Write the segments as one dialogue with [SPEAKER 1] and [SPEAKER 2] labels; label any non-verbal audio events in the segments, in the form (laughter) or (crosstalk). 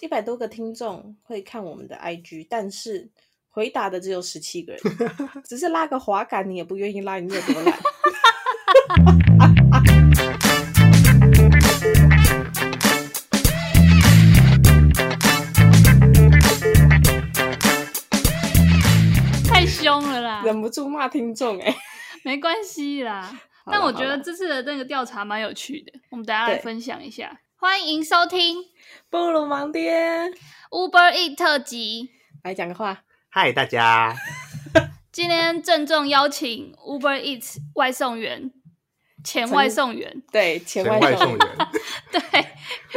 [SPEAKER 1] 一百多个听众会看我们的 IG，但是回答的只有十七个 (laughs) 人，只是拉个滑杆你也不愿意拉，你有多
[SPEAKER 2] (laughs)
[SPEAKER 1] 懒？
[SPEAKER 2] 太凶了啦，
[SPEAKER 1] 忍不住骂听众哎、
[SPEAKER 2] 没关系啦。
[SPEAKER 1] 好
[SPEAKER 2] (laughs) 但
[SPEAKER 1] 啦好
[SPEAKER 2] 我觉得
[SPEAKER 1] 啦
[SPEAKER 2] 这次的那个调查蛮有趣的，我们等一下来
[SPEAKER 1] 对
[SPEAKER 2] 分享一下。欢迎收听
[SPEAKER 1] 布鲁盲爹
[SPEAKER 2] Uber E 特辑，
[SPEAKER 1] 来讲个话，
[SPEAKER 3] 嗨，大家，
[SPEAKER 2] 今天郑重邀请 Uber Eats 外送员、前
[SPEAKER 1] 陈
[SPEAKER 2] 外送员，
[SPEAKER 1] 对，前
[SPEAKER 3] 前
[SPEAKER 1] 外
[SPEAKER 3] 外
[SPEAKER 1] 送
[SPEAKER 3] 送
[SPEAKER 1] 员，
[SPEAKER 3] 员，
[SPEAKER 2] 对，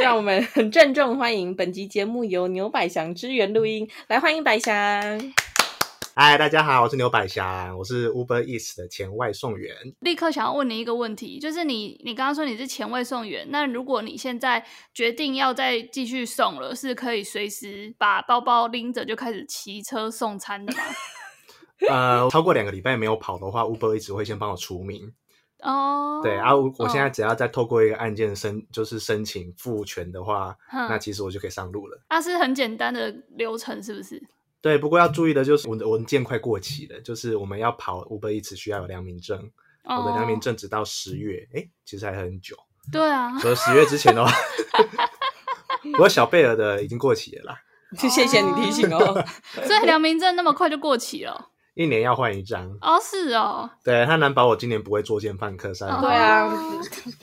[SPEAKER 1] 让我们很郑重欢迎本集节目由牛百祥支援录音，来欢迎百祥。
[SPEAKER 2] 啊
[SPEAKER 3] 嗨，大家好，我是牛百祥，我是 Uber Eats 的前外送员。
[SPEAKER 2] 立刻想要问你一个问题，就是你你刚刚说你是前外送员，那如果你现在决定要再继续送了，是可以随时把包包拎着就开始骑车送餐的吗？
[SPEAKER 3] 呃，超过两个礼拜没有跑的话，Uber Eats 会先帮我除名。
[SPEAKER 2] 哦，
[SPEAKER 3] 对啊，我我现在
[SPEAKER 2] 哦
[SPEAKER 3] 只要再透过一个案件申，就是申请复权的话，
[SPEAKER 2] 哼
[SPEAKER 3] 那其实我就可以上路了。
[SPEAKER 2] 啊是很简单的流程，是不是？
[SPEAKER 3] 对，不过要注意的就是文文件快过期了，就是我们要跑 Uber Eats 需要有良民证，
[SPEAKER 2] 哦
[SPEAKER 3] 我的良民证直到十月，哎，其实还很久。
[SPEAKER 2] 对啊， (laughs)
[SPEAKER 3] 所以十月之前的话， (laughs) 不过小贝尔的已经过期了啦，
[SPEAKER 1] 就谢谢你提醒哦，
[SPEAKER 2] 所以良民证那么快就过期了
[SPEAKER 3] 一年要换一张。
[SPEAKER 2] (laughs) 哦，是哦，
[SPEAKER 3] 对他难保我今年不会作奸犯科，三、
[SPEAKER 2] 哦
[SPEAKER 1] 对啊，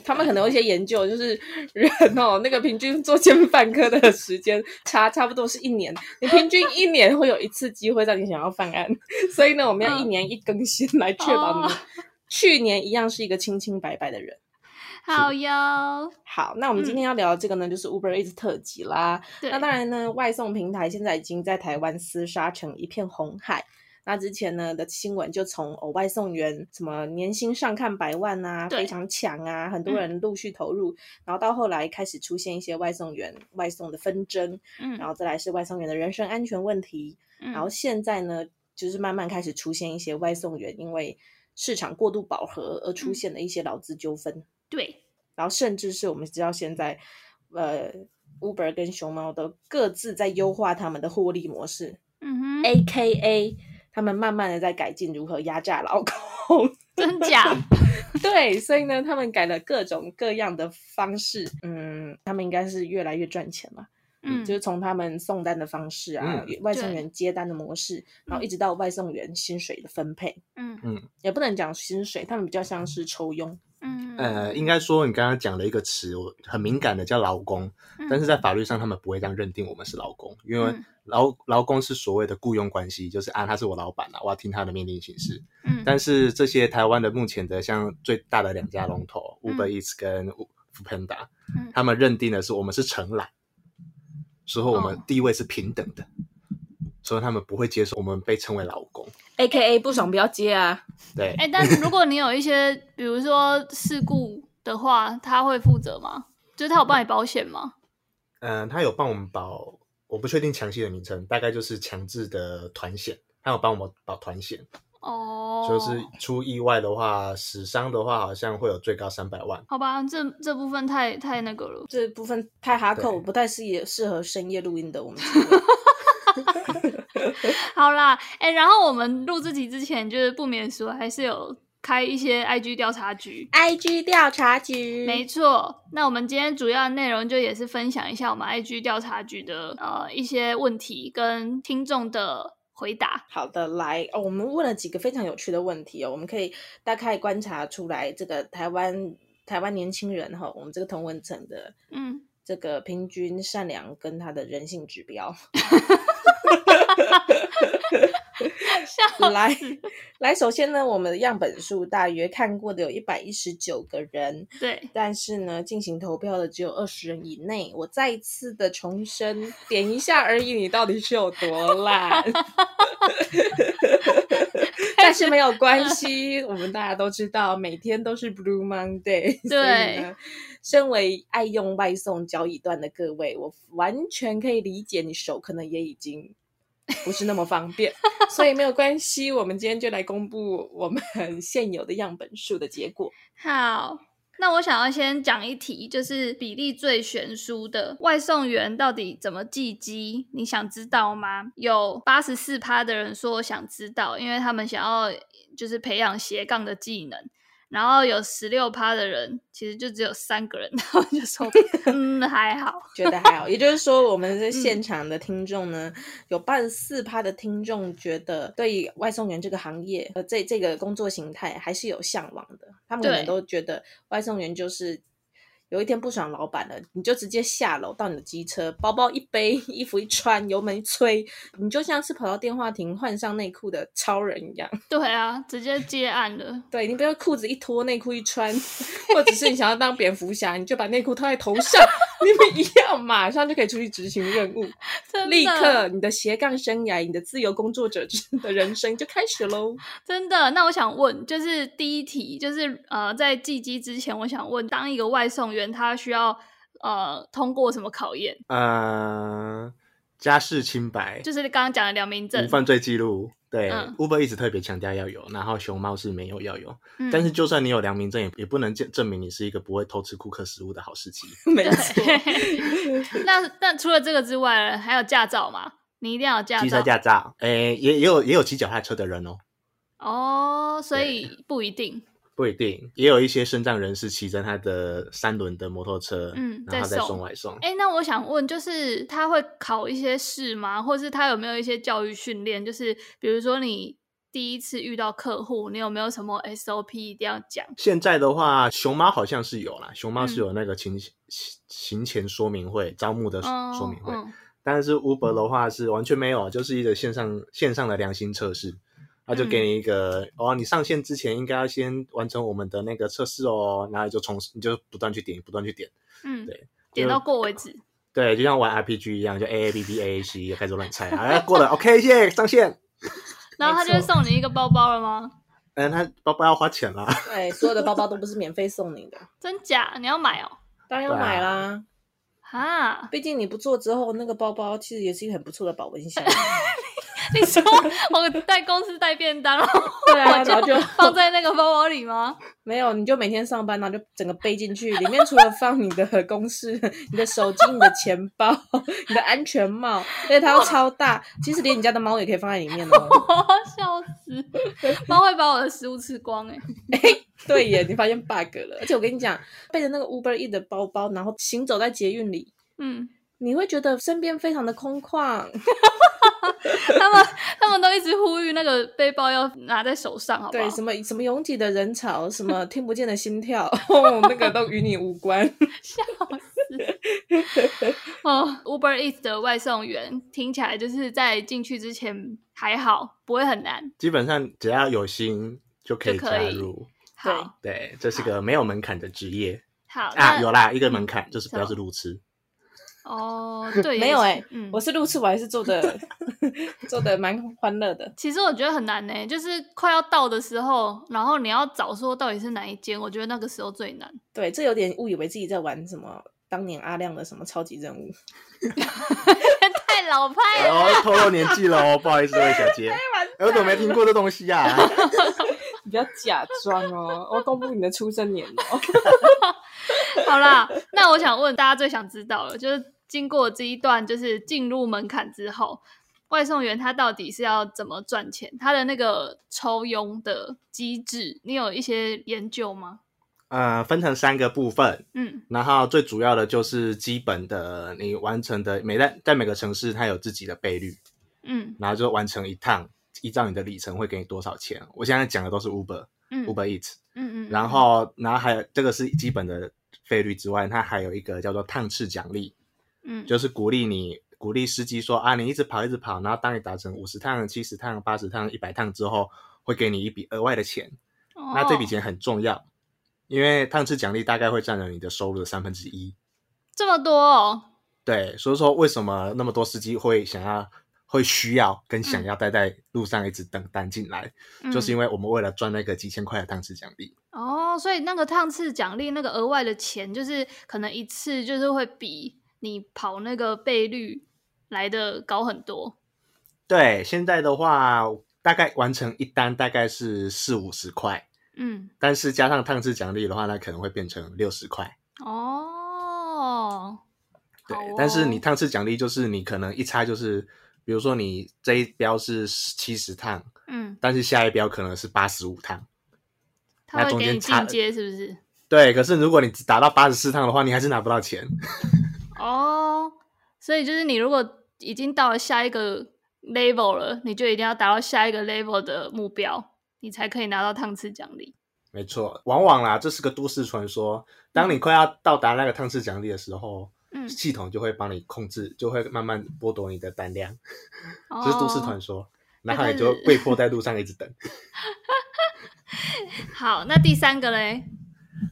[SPEAKER 1] 他们可能有一些研究， (laughs) 就是人哦，那个平均做奸犯科的时间差差不多是一年，你平均一年会有一次机会让你想要犯案， (laughs) 所以呢，我们要一年一更新来确保你
[SPEAKER 2] 哦
[SPEAKER 1] (laughs) 去年一样是一个清清白白的人。
[SPEAKER 2] (laughs) 好哟，
[SPEAKER 1] 好，那我们今天要聊的这个呢，就是 Uber Eats 特辑啦。
[SPEAKER 2] 对，
[SPEAKER 1] 那当然呢，外送平台现在已经在台湾厮杀成一片红海。那之前呢的新闻就从哦外送员什么年薪上看百万啊，
[SPEAKER 2] 对嗯
[SPEAKER 1] 非常强啊，很多人陆续投入，然后到后来开始出现一些外送员外送的纷争，
[SPEAKER 2] 嗯，
[SPEAKER 1] 然后再来是外送员的人身安全问题，
[SPEAKER 2] 嗯
[SPEAKER 1] 然后现在呢，就是慢慢开始出现一些外送员因为市场过度饱和而出
[SPEAKER 2] 嗯
[SPEAKER 1] 现的一些劳资纠纷。
[SPEAKER 2] 对，
[SPEAKER 1] 然后甚至是我们知道现在，呃，Uber 跟熊猫都各自在优化他们的获利模式
[SPEAKER 2] 嗯哼，
[SPEAKER 1] ，A K A 他们慢慢的在改进如何压榨劳工。
[SPEAKER 2] 真假，
[SPEAKER 1] (laughs) 对，所以呢，他们改了各种各样的方式，嗯，他们应该是越来越赚钱嘛，
[SPEAKER 2] 嗯，
[SPEAKER 1] 就是从他们送单的方式啊，外送
[SPEAKER 2] 对
[SPEAKER 1] 员接单的模式，然后一直到外送员薪水的分配，
[SPEAKER 2] 嗯
[SPEAKER 1] 也不能讲薪水，他们比较像是抽佣。
[SPEAKER 2] 嗯，
[SPEAKER 3] 呃，应该说你刚刚讲了一个词，我很敏感的叫劳工，
[SPEAKER 2] 嗯，
[SPEAKER 3] 但是在法律上他们不会这样认定我们是劳工，因为
[SPEAKER 2] 嗯
[SPEAKER 3] 劳劳工是所谓的雇佣关系，就是啊他是我老板啊，我要听他的命令行事。
[SPEAKER 2] 嗯，
[SPEAKER 3] 但是这些台湾的目前的像最大的两家龙头、
[SPEAKER 2] 嗯
[SPEAKER 3] Uber Eats 跟 f o o p a n d a
[SPEAKER 2] 嗯
[SPEAKER 3] 他们认定的是我们是承揽，所以我们
[SPEAKER 2] 哦
[SPEAKER 3] 地位是平等的，所以他们不会接受我们被称为劳工。
[SPEAKER 1] A K A 不爽不要接啊！
[SPEAKER 3] 对，
[SPEAKER 2] 哎、但是如果你有一些，比如说事故的话，他会负责吗？就是他有帮你保险吗？
[SPEAKER 3] 嗯，他有帮我们保，我不确定详细的名称，大概就是强制的团险，他有帮我们保团险，
[SPEAKER 2] 哦，
[SPEAKER 3] 就是出意外的话，死伤的话好像会有最高三百万。
[SPEAKER 2] 好吧，这这部分太太那个了。
[SPEAKER 1] 这部分太哈扣，
[SPEAKER 3] 对
[SPEAKER 1] 不太适宜适合深夜录音的我们 (laughs) 节目。
[SPEAKER 2] (laughs) 好啦，哎、然后我们录这集之前，就是不免俗，还是有开一些 IG 调查局。
[SPEAKER 1] IG 调查局，
[SPEAKER 2] 没错，那我们今天主要的内容就也是分享一下我们 IG 调查局的呃一些问题跟听众的回答。
[SPEAKER 1] 好的，来哦，我们问了几个非常有趣的问题哦，我们可以大概观察出来这个台湾台湾年轻人哈、我们这个同文层的
[SPEAKER 2] 嗯，
[SPEAKER 1] 这个平均善良跟他的人性指 (laughs) 标。
[SPEAKER 2] 像
[SPEAKER 1] 来来，首先呢，我们的样本数大约看过的有一百一十九个人，
[SPEAKER 2] 对，
[SPEAKER 1] 但是呢，进行投票的只有二十人以内。我再一次的重申，点一下而已，你到底是有多懒？ (laughs) 但是没有关系，我们大家都知道，每天都是 Blue Monday。所 (laughs) 以呢，身为爱用外送交易端的各位，我完全可以理解你手可能也已经。不是那么方便，所以没有关 (laughs) 系。我们今天就来公布我们现有的样本数的结果。
[SPEAKER 2] 好，那我想要先讲一题，就是比例最悬殊的外送员到底怎么计机？你想知道吗？有八十四趴的人说想知道，因为他们想要就是培养斜杠的技能。然后有十六趴的人，其实就只有三个人， (laughs) 他们就说嗯还好，
[SPEAKER 1] 觉得还好。也就是说，我们在现场的听众呢，嗯、有八十四趴的听众觉得对外送员这个行业，呃，这这个工作形态还是有向往的。他们可能都觉得外送员就是有一天不爽老板了，你就直接下楼到你的机车，包包一背， (laughs) 衣服一穿，油门一吹，你就像是跑到电话亭换上内裤的超人一样。
[SPEAKER 2] 对啊，直接接案了。
[SPEAKER 1] 对你不要裤子一脱，内裤一穿， (laughs) 或者是你想要当蝙蝠侠，你就把内裤套在头上， (laughs) 你们一样，马上就可以出去执行任务，立刻你的斜杠生涯，你的自由工作者的人生就开始喽。
[SPEAKER 2] 真的？那我想问，就是第一题，就是呃，在寄机之前，我想问，当一个外送员，他需要呃通过什么考验？
[SPEAKER 3] 呃，家世清白，
[SPEAKER 2] 就是刚刚讲的良民证、
[SPEAKER 3] 无犯罪记录。对、
[SPEAKER 2] 嗯
[SPEAKER 3] u b e r 一直特别强调要有，然后熊猫是没有要有。
[SPEAKER 2] 嗯
[SPEAKER 3] 但是就算你有良民证，也也不能证证明你是一个不会偷吃顾客食物的好司机。
[SPEAKER 1] (laughs) 没错，
[SPEAKER 2] (laughs) 那那除了这个之外，还有驾照嘛？你一定要有驾
[SPEAKER 3] 机车
[SPEAKER 2] 照。
[SPEAKER 3] 驾照，诶、也也有也有骑脚踏车的人哦，
[SPEAKER 2] 哦，所以不一定。
[SPEAKER 3] 不一定，也有一些身障人士骑着他的三轮的摩托车，
[SPEAKER 2] 嗯
[SPEAKER 3] 然后
[SPEAKER 2] 在
[SPEAKER 3] 再
[SPEAKER 2] 送
[SPEAKER 3] 送外送。
[SPEAKER 2] 哎，那我想问，就是他会考一些试吗？或是他有没有一些教育训练？就是比如说你第一次遇到客户，你有没有什么 SOP 一定要讲？
[SPEAKER 3] 现在的话，熊猫好像是有啦，熊猫是
[SPEAKER 2] 嗯
[SPEAKER 3] 有那个勤勤勤前说明会、招募的
[SPEAKER 2] 嗯
[SPEAKER 3] 呃说明会，
[SPEAKER 2] 嗯
[SPEAKER 3] 但是 Uber 的话是完全没有，就是一个线上线上的良心测试，他就
[SPEAKER 2] 嗯
[SPEAKER 3] 给你一个、哦，你上线之前应该要先完成我们的那个测试哦，然后你就从你就不断去点，不断去点，
[SPEAKER 2] 嗯，
[SPEAKER 3] 对
[SPEAKER 2] 点到
[SPEAKER 3] 就
[SPEAKER 2] 过为止。
[SPEAKER 3] 对，就像玩 RPG 一样，就 A A B B A A C 开始乱猜，哎，过了 OK 谢上线，
[SPEAKER 2] 然后他就会
[SPEAKER 1] 没
[SPEAKER 2] 送你一个包包了吗？
[SPEAKER 3] 嗯，他包包要花钱啦， (laughs)
[SPEAKER 1] 对，所有的包包都不是免费送你的，
[SPEAKER 2] 真假？你要买哦？
[SPEAKER 1] 当然要买啦。 (laughs)
[SPEAKER 2] 哈，
[SPEAKER 1] 毕竟你不做之后，那个包包其实也是一个很不错的保温箱。
[SPEAKER 2] 你说我在公司带便当，然后
[SPEAKER 1] (laughs) 对 (laughs) 啊，
[SPEAKER 2] 我
[SPEAKER 1] 然后就
[SPEAKER 2] 就放在那个包包里吗？ (laughs)
[SPEAKER 1] 没有，你就每天上班，然后就整个背进去，里面除了放你的公式、 (laughs) 你的手机、你的钱包、 (laughs) 你的安全帽，而且它又超大，其实连你家的猫也可以放在里面哦。 (laughs)
[SPEAKER 2] 我要笑死，猫会把我的食物吃光哎、
[SPEAKER 1] 对耶，你发现 bug 了。而且我跟你讲，背着那个 Uber E 的包包，然后行走在捷运里，
[SPEAKER 2] 嗯，
[SPEAKER 1] 你会觉得身边非常的空旷。
[SPEAKER 2] 他们他们都一直呼吁那个背包要拿在手上，好不好
[SPEAKER 1] 对，？什么什么拥挤的人潮，什么听不见的心跳， (laughs) 哦，那个都与你无关。 (laughs)
[SPEAKER 2] 哦，Uber Eats 的外送员听起来就是在进去之前还好，不会很难。
[SPEAKER 3] 基本上只要有心就可以
[SPEAKER 2] 就可
[SPEAKER 3] 加
[SPEAKER 2] 以
[SPEAKER 3] 入，
[SPEAKER 2] 好，
[SPEAKER 3] 对，这是个没有门槛的职业
[SPEAKER 2] 好
[SPEAKER 3] 啊，
[SPEAKER 2] 那嗯
[SPEAKER 3] 有啦，一个门槛就是不要
[SPEAKER 2] 什
[SPEAKER 3] 是路痴，
[SPEAKER 2] 哦，对，
[SPEAKER 1] (laughs) 没有
[SPEAKER 2] 也
[SPEAKER 1] 哎、
[SPEAKER 2] 是嗯，
[SPEAKER 1] 我是路痴，我还是做的 (laughs) 做的蛮欢乐的。
[SPEAKER 2] 其实我觉得很难呢、欸就是快要到的时候，然后你要找说到底是哪一间，我觉得那个时候最难。 (laughs)
[SPEAKER 1] 对，这有点误以为自己在玩什么当年阿亮的什么超级任务。
[SPEAKER 2] 太老派
[SPEAKER 3] 然
[SPEAKER 2] 了，
[SPEAKER 3] 后透露年纪了哦，不好意思，魏小
[SPEAKER 2] (laughs)
[SPEAKER 3] 姐，哎我怎么没听过这东西呀、啊？
[SPEAKER 1] (laughs)
[SPEAKER 3] (laughs)
[SPEAKER 1] 你不要假装哦，我公布你的出生年 (laughs) 哦。
[SPEAKER 2] 好啦，那我想问大家最想知道的，就是经过这一段就是进入门槛之后，外送员他到底是要怎么赚钱？他的那个抽佣的机制，你有一些研究吗？
[SPEAKER 3] 呃，分成三个部分，
[SPEAKER 2] 嗯
[SPEAKER 3] 然后最主要的就是基本的你完成的每在在每个城市它有自己的倍率，
[SPEAKER 2] 嗯
[SPEAKER 3] 然后就完成一趟，依照你的里程会给你多少钱。我现在讲的都是 Uber、
[SPEAKER 2] 嗯
[SPEAKER 3] Uber Eats，
[SPEAKER 2] 嗯嗯，
[SPEAKER 3] 然后然后还有这个是基本的费率之外，它还有一个叫做趟次奖励，
[SPEAKER 2] 嗯
[SPEAKER 3] 就是鼓励你鼓励司机说啊，你一直跑一直跑，然后当你达成五十趟、七十趟、八十趟、一百趟之后，会给你一笔额外的钱。那这笔
[SPEAKER 2] 哦、
[SPEAKER 3] 钱很重要，因为趟次奖励大概会占了你的收入的三分之一。
[SPEAKER 2] 这么多哦，
[SPEAKER 3] 对，所以说为什么那么多司机会想要、会需要跟想要待在路上一直等单进来，就是因
[SPEAKER 2] 为
[SPEAKER 3] 为我们为了赚那个几千块的趟次奖励。
[SPEAKER 2] 哦，所以那个趟次奖励那个额外的钱，就是可能一次就是会比你跑那个倍率来的高很多。
[SPEAKER 3] 对，现在的话大概完成一单大概是四五十块，
[SPEAKER 2] 嗯，
[SPEAKER 3] 但是加上烫字奖励的话，那可能会变成六十块。
[SPEAKER 2] 哦，
[SPEAKER 3] 对，
[SPEAKER 2] 好哦
[SPEAKER 3] 但是你烫次奖励就是你可能一猜就是，比如说你这一标是七十趟，
[SPEAKER 2] 嗯，
[SPEAKER 3] 但是下一标可能是八十五趟。
[SPEAKER 2] 他
[SPEAKER 3] 那
[SPEAKER 2] 会
[SPEAKER 3] 中
[SPEAKER 2] 给
[SPEAKER 3] 间
[SPEAKER 2] 你
[SPEAKER 3] 差
[SPEAKER 2] 进阶是不是？
[SPEAKER 3] 对，可是如果你只达到八十四趟的话，你还是拿不到钱。
[SPEAKER 2] 哦，所以就是你如果已经到了下一个 level 了，你就一定要达到下一个 level 的目标，你才可以拿到烫刺奖励。
[SPEAKER 3] 没错，往往啦，这是个都市传说。当你快要到达那个趟次奖励的时候，
[SPEAKER 2] 嗯，
[SPEAKER 3] 系统就会帮你控制，就会慢慢剥夺你的单量，
[SPEAKER 2] 哦
[SPEAKER 3] 这是都市传说。然后
[SPEAKER 2] 那
[SPEAKER 3] 你
[SPEAKER 2] 开
[SPEAKER 3] 就
[SPEAKER 2] 始
[SPEAKER 3] 会被迫在路上一直等。
[SPEAKER 2] 好，那第三个嘞，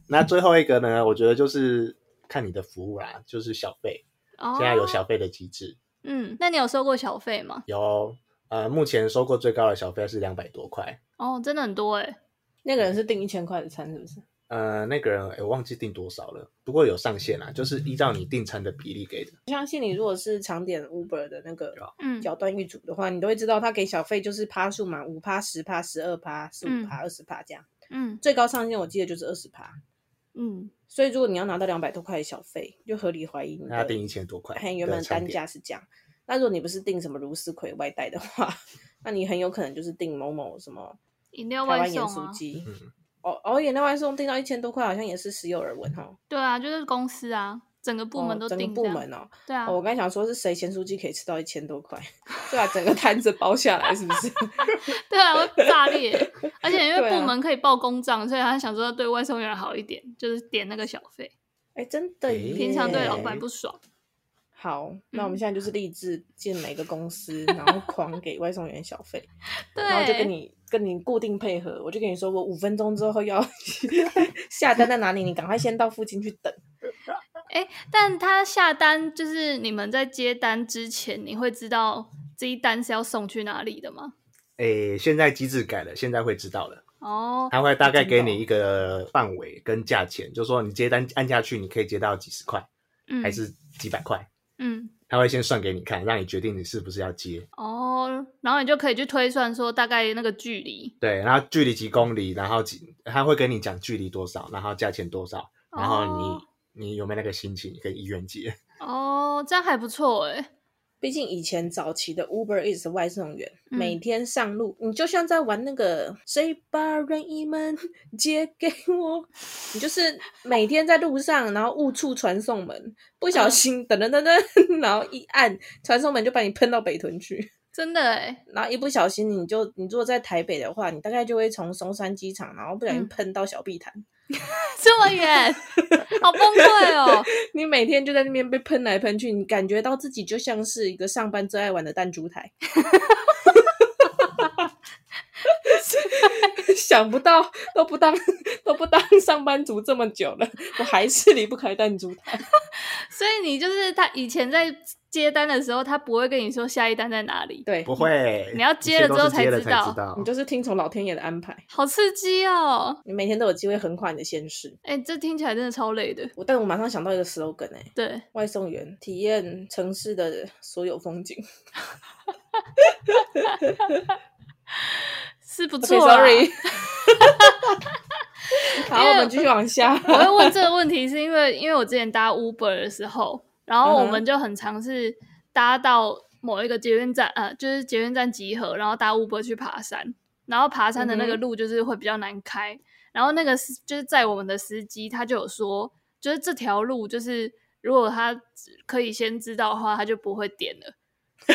[SPEAKER 3] 那最后一个呢？我觉得就是看你的服务啦，就是小费。
[SPEAKER 2] 哦，
[SPEAKER 3] 现在有小费的机制，
[SPEAKER 2] 嗯，那你有收过小费吗？
[SPEAKER 3] 有呃，目前收过最高的小费是两百多块。
[SPEAKER 2] 哦，真的很多哎，
[SPEAKER 1] 那个人是订一千块的餐，是不是？
[SPEAKER 3] 呃，那个人、诶我忘记定多少了，不过有上限啦，就是依照你订餐的比例给的。
[SPEAKER 1] 相信你如果是常点 Uber 的那个
[SPEAKER 2] 嗯，
[SPEAKER 1] 脚断一组的话，你都会知道他给小费就是趴数嘛，五趴、十趴、十二趴、十五趴、二十趴这样，
[SPEAKER 2] 嗯
[SPEAKER 1] 最高上限我记得就是二十趴。
[SPEAKER 2] 嗯，
[SPEAKER 1] 所以如果你要拿到两百多块的小费，就合理怀疑你
[SPEAKER 3] 那他订
[SPEAKER 1] 的
[SPEAKER 3] 一千多块，
[SPEAKER 1] 嘿原本的
[SPEAKER 3] 餐
[SPEAKER 1] 单
[SPEAKER 3] 点
[SPEAKER 1] 价是这样。那如果你不是订什么如斯葵外带的话， (laughs) 那你很有可能就是订某某什么
[SPEAKER 2] 饮料
[SPEAKER 1] 台
[SPEAKER 2] 外
[SPEAKER 1] 湾盐
[SPEAKER 2] 送
[SPEAKER 1] 酥
[SPEAKER 2] 啊，
[SPEAKER 1] 鸡
[SPEAKER 3] 嗯。
[SPEAKER 1] 哦哦，眼料外送订到一千多块，好像也是时有耳闻哦。
[SPEAKER 2] 对啊，就是公司啊，整个部门
[SPEAKER 1] 哦
[SPEAKER 2] 都
[SPEAKER 1] 整个
[SPEAKER 2] 定这
[SPEAKER 1] 部
[SPEAKER 2] 样，
[SPEAKER 1] 门哦，
[SPEAKER 2] 对啊
[SPEAKER 1] 哦，我刚想说是谁咸酥鸡可以吃到一千多块， (laughs) 对啊，整个摊子包下来是不是？ (laughs)
[SPEAKER 2] 对啊，会炸裂。而且因为
[SPEAKER 1] 对啊
[SPEAKER 2] 部门可以报公账，所以他想说对外送员好一点，就是点那个小费。
[SPEAKER 1] 哎，真的
[SPEAKER 3] 诶
[SPEAKER 1] 耶，
[SPEAKER 2] 平常对老
[SPEAKER 3] 耶
[SPEAKER 2] 板不爽，
[SPEAKER 1] 好，那我们
[SPEAKER 2] 嗯
[SPEAKER 1] 现在就是立志进每个公司，然后狂给外送员小费，然后就跟
[SPEAKER 2] 对，
[SPEAKER 1] 你跟你固定配合，我就跟你说，我五分钟之后要 (laughs) 下单在哪里，你赶快先到附近去等。
[SPEAKER 2] 但他下单就是你们在接单之前，你会知道这一单是要送去哪里的吗？
[SPEAKER 3] 诶，现在机制改了，现在会知道了，
[SPEAKER 2] 哦，
[SPEAKER 3] 他会大概
[SPEAKER 1] 真的
[SPEAKER 3] 给
[SPEAKER 1] 哦
[SPEAKER 3] 你一个范围跟价钱，就说你接单按下去，你可以接到几十块
[SPEAKER 2] 嗯，
[SPEAKER 3] 还是几百块，
[SPEAKER 2] 嗯，
[SPEAKER 3] 他会先算给你看，让你决定你是不是要接。
[SPEAKER 2] 哦，然后你就可以去推算说大概那个距离，
[SPEAKER 3] 对，然后距离几公里，然后几，他会跟你讲距离多少，然后价钱多少，然后你、
[SPEAKER 2] 哦
[SPEAKER 3] 你有没有那个心情跟意愿接？
[SPEAKER 2] (laughs) 哦，这样还不错哎，
[SPEAKER 1] 毕竟以前早期的 Uber Eats 外送员，
[SPEAKER 2] 嗯
[SPEAKER 1] 每天上路，你就像在玩那个“谁把任意门借给我”，你就是每天在路上，然后误触传送门，不
[SPEAKER 2] 嗯
[SPEAKER 1] 小心噔噔噔噔， (laughs) 然后一按传送门就把你喷到北屯去，
[SPEAKER 2] 真的哎，
[SPEAKER 1] 然后一不小心你就你如果在台北的话，你大概就会从松山机场，然后不小心
[SPEAKER 2] 嗯
[SPEAKER 1] 喷到小碧潭，
[SPEAKER 2] 这么远，好崩溃哦，
[SPEAKER 1] 你每天就在那边被喷来喷去，你感觉到自己就像是一个上班最爱玩的弹珠台。 (laughs) 想不到都不当都不当上班族这么久了，我还是离不开弹珠台。
[SPEAKER 2] 所以你就是他以前在接单的时候，他不会跟你说下一单在哪里，
[SPEAKER 1] 对
[SPEAKER 3] 不，会，
[SPEAKER 2] 你要接了之后才
[SPEAKER 3] 一切都是
[SPEAKER 2] 知
[SPEAKER 3] 接了才
[SPEAKER 2] 道
[SPEAKER 3] 知道
[SPEAKER 1] 你。就是听从老天爷的安排，
[SPEAKER 2] 好刺激哦！
[SPEAKER 1] 你每天都有机会横跨你的现实。
[SPEAKER 2] 哎、这听起来真的超累的。
[SPEAKER 1] 我但我马上想到一个 slogan 哎、
[SPEAKER 2] 对，
[SPEAKER 1] 外送员体验城市的所有风景。
[SPEAKER 2] 是不错啊啦。 (laughs)
[SPEAKER 1] OK，sorry。好，我们继续往下。
[SPEAKER 2] 我会问这个问题，是因为因为我之前搭 Uber 的时候，然后我
[SPEAKER 1] 嗯
[SPEAKER 2] 们
[SPEAKER 1] 哼
[SPEAKER 2] 就很尝试搭到某一个捷运站，呃，就是捷运站集合，然后搭 Uber 去爬山，然后爬山的那个
[SPEAKER 1] 嗯哼
[SPEAKER 2] 路就是会比较难开，然后那个司就是在我们的司机他就有说，就是这条路就是如果他可以先知道的话，他就不会点
[SPEAKER 1] (laughs)
[SPEAKER 2] 了。 (laughs)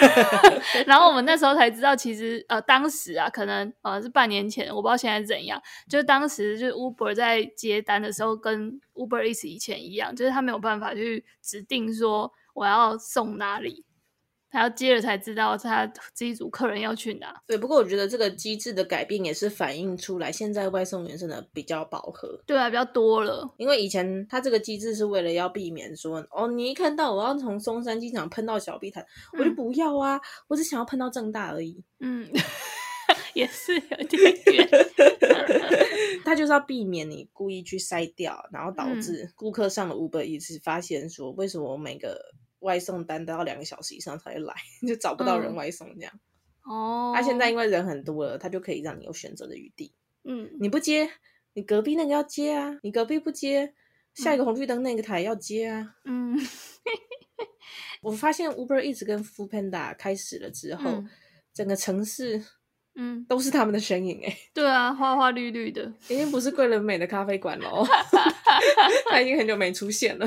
[SPEAKER 2] 然后我们那时候才知道，其实呃，当时啊，可能呃是半年前，我不知道现在是怎样。就是当时就是 Uber 在接单的时候，跟 Uber Eats 以前一样，就是他没有办法去指定说我要送哪里，他要接了才知道他这一组客人要去哪。
[SPEAKER 1] 对，不过我觉得这个机制的改变也是反映出来，现在外送员真的比较饱和。
[SPEAKER 2] 对啊，比较多了。
[SPEAKER 1] 因为以前他这个机制是为了要避免说，哦，你一看到我要从松山机场喷到小碧潭，我就
[SPEAKER 2] 嗯
[SPEAKER 1] 不要啊，我只想要喷到正大而已。
[SPEAKER 2] 嗯，也是有点
[SPEAKER 3] (laughs)
[SPEAKER 2] 远。
[SPEAKER 1] 他就是要避免你故意去筛掉，然后导
[SPEAKER 2] 嗯
[SPEAKER 1] 致顾客上了 Uber 一次，发现说为什么我每个外送单都要两个小时以上才会来， (laughs) 就找不到人
[SPEAKER 2] 嗯
[SPEAKER 1] 外送这样。啊
[SPEAKER 2] 哦，
[SPEAKER 1] 他、现在因为人很多了，他就可以让你有选择的余地。
[SPEAKER 2] 嗯，
[SPEAKER 1] 你不接，你隔壁那个要接啊，你隔壁不接，下一个红绿灯那个台要接啊。
[SPEAKER 2] 嗯，
[SPEAKER 1] 我发现 Uber 一直跟 Food Panda 开始了之后，
[SPEAKER 2] 嗯
[SPEAKER 1] 整个城市
[SPEAKER 2] 嗯，
[SPEAKER 1] 都是他们的身影、欸，哎，
[SPEAKER 2] 对啊，花花绿绿的，
[SPEAKER 1] 已经不是桂纶镁的咖啡馆喽， (laughs) 他已经很久没出现了。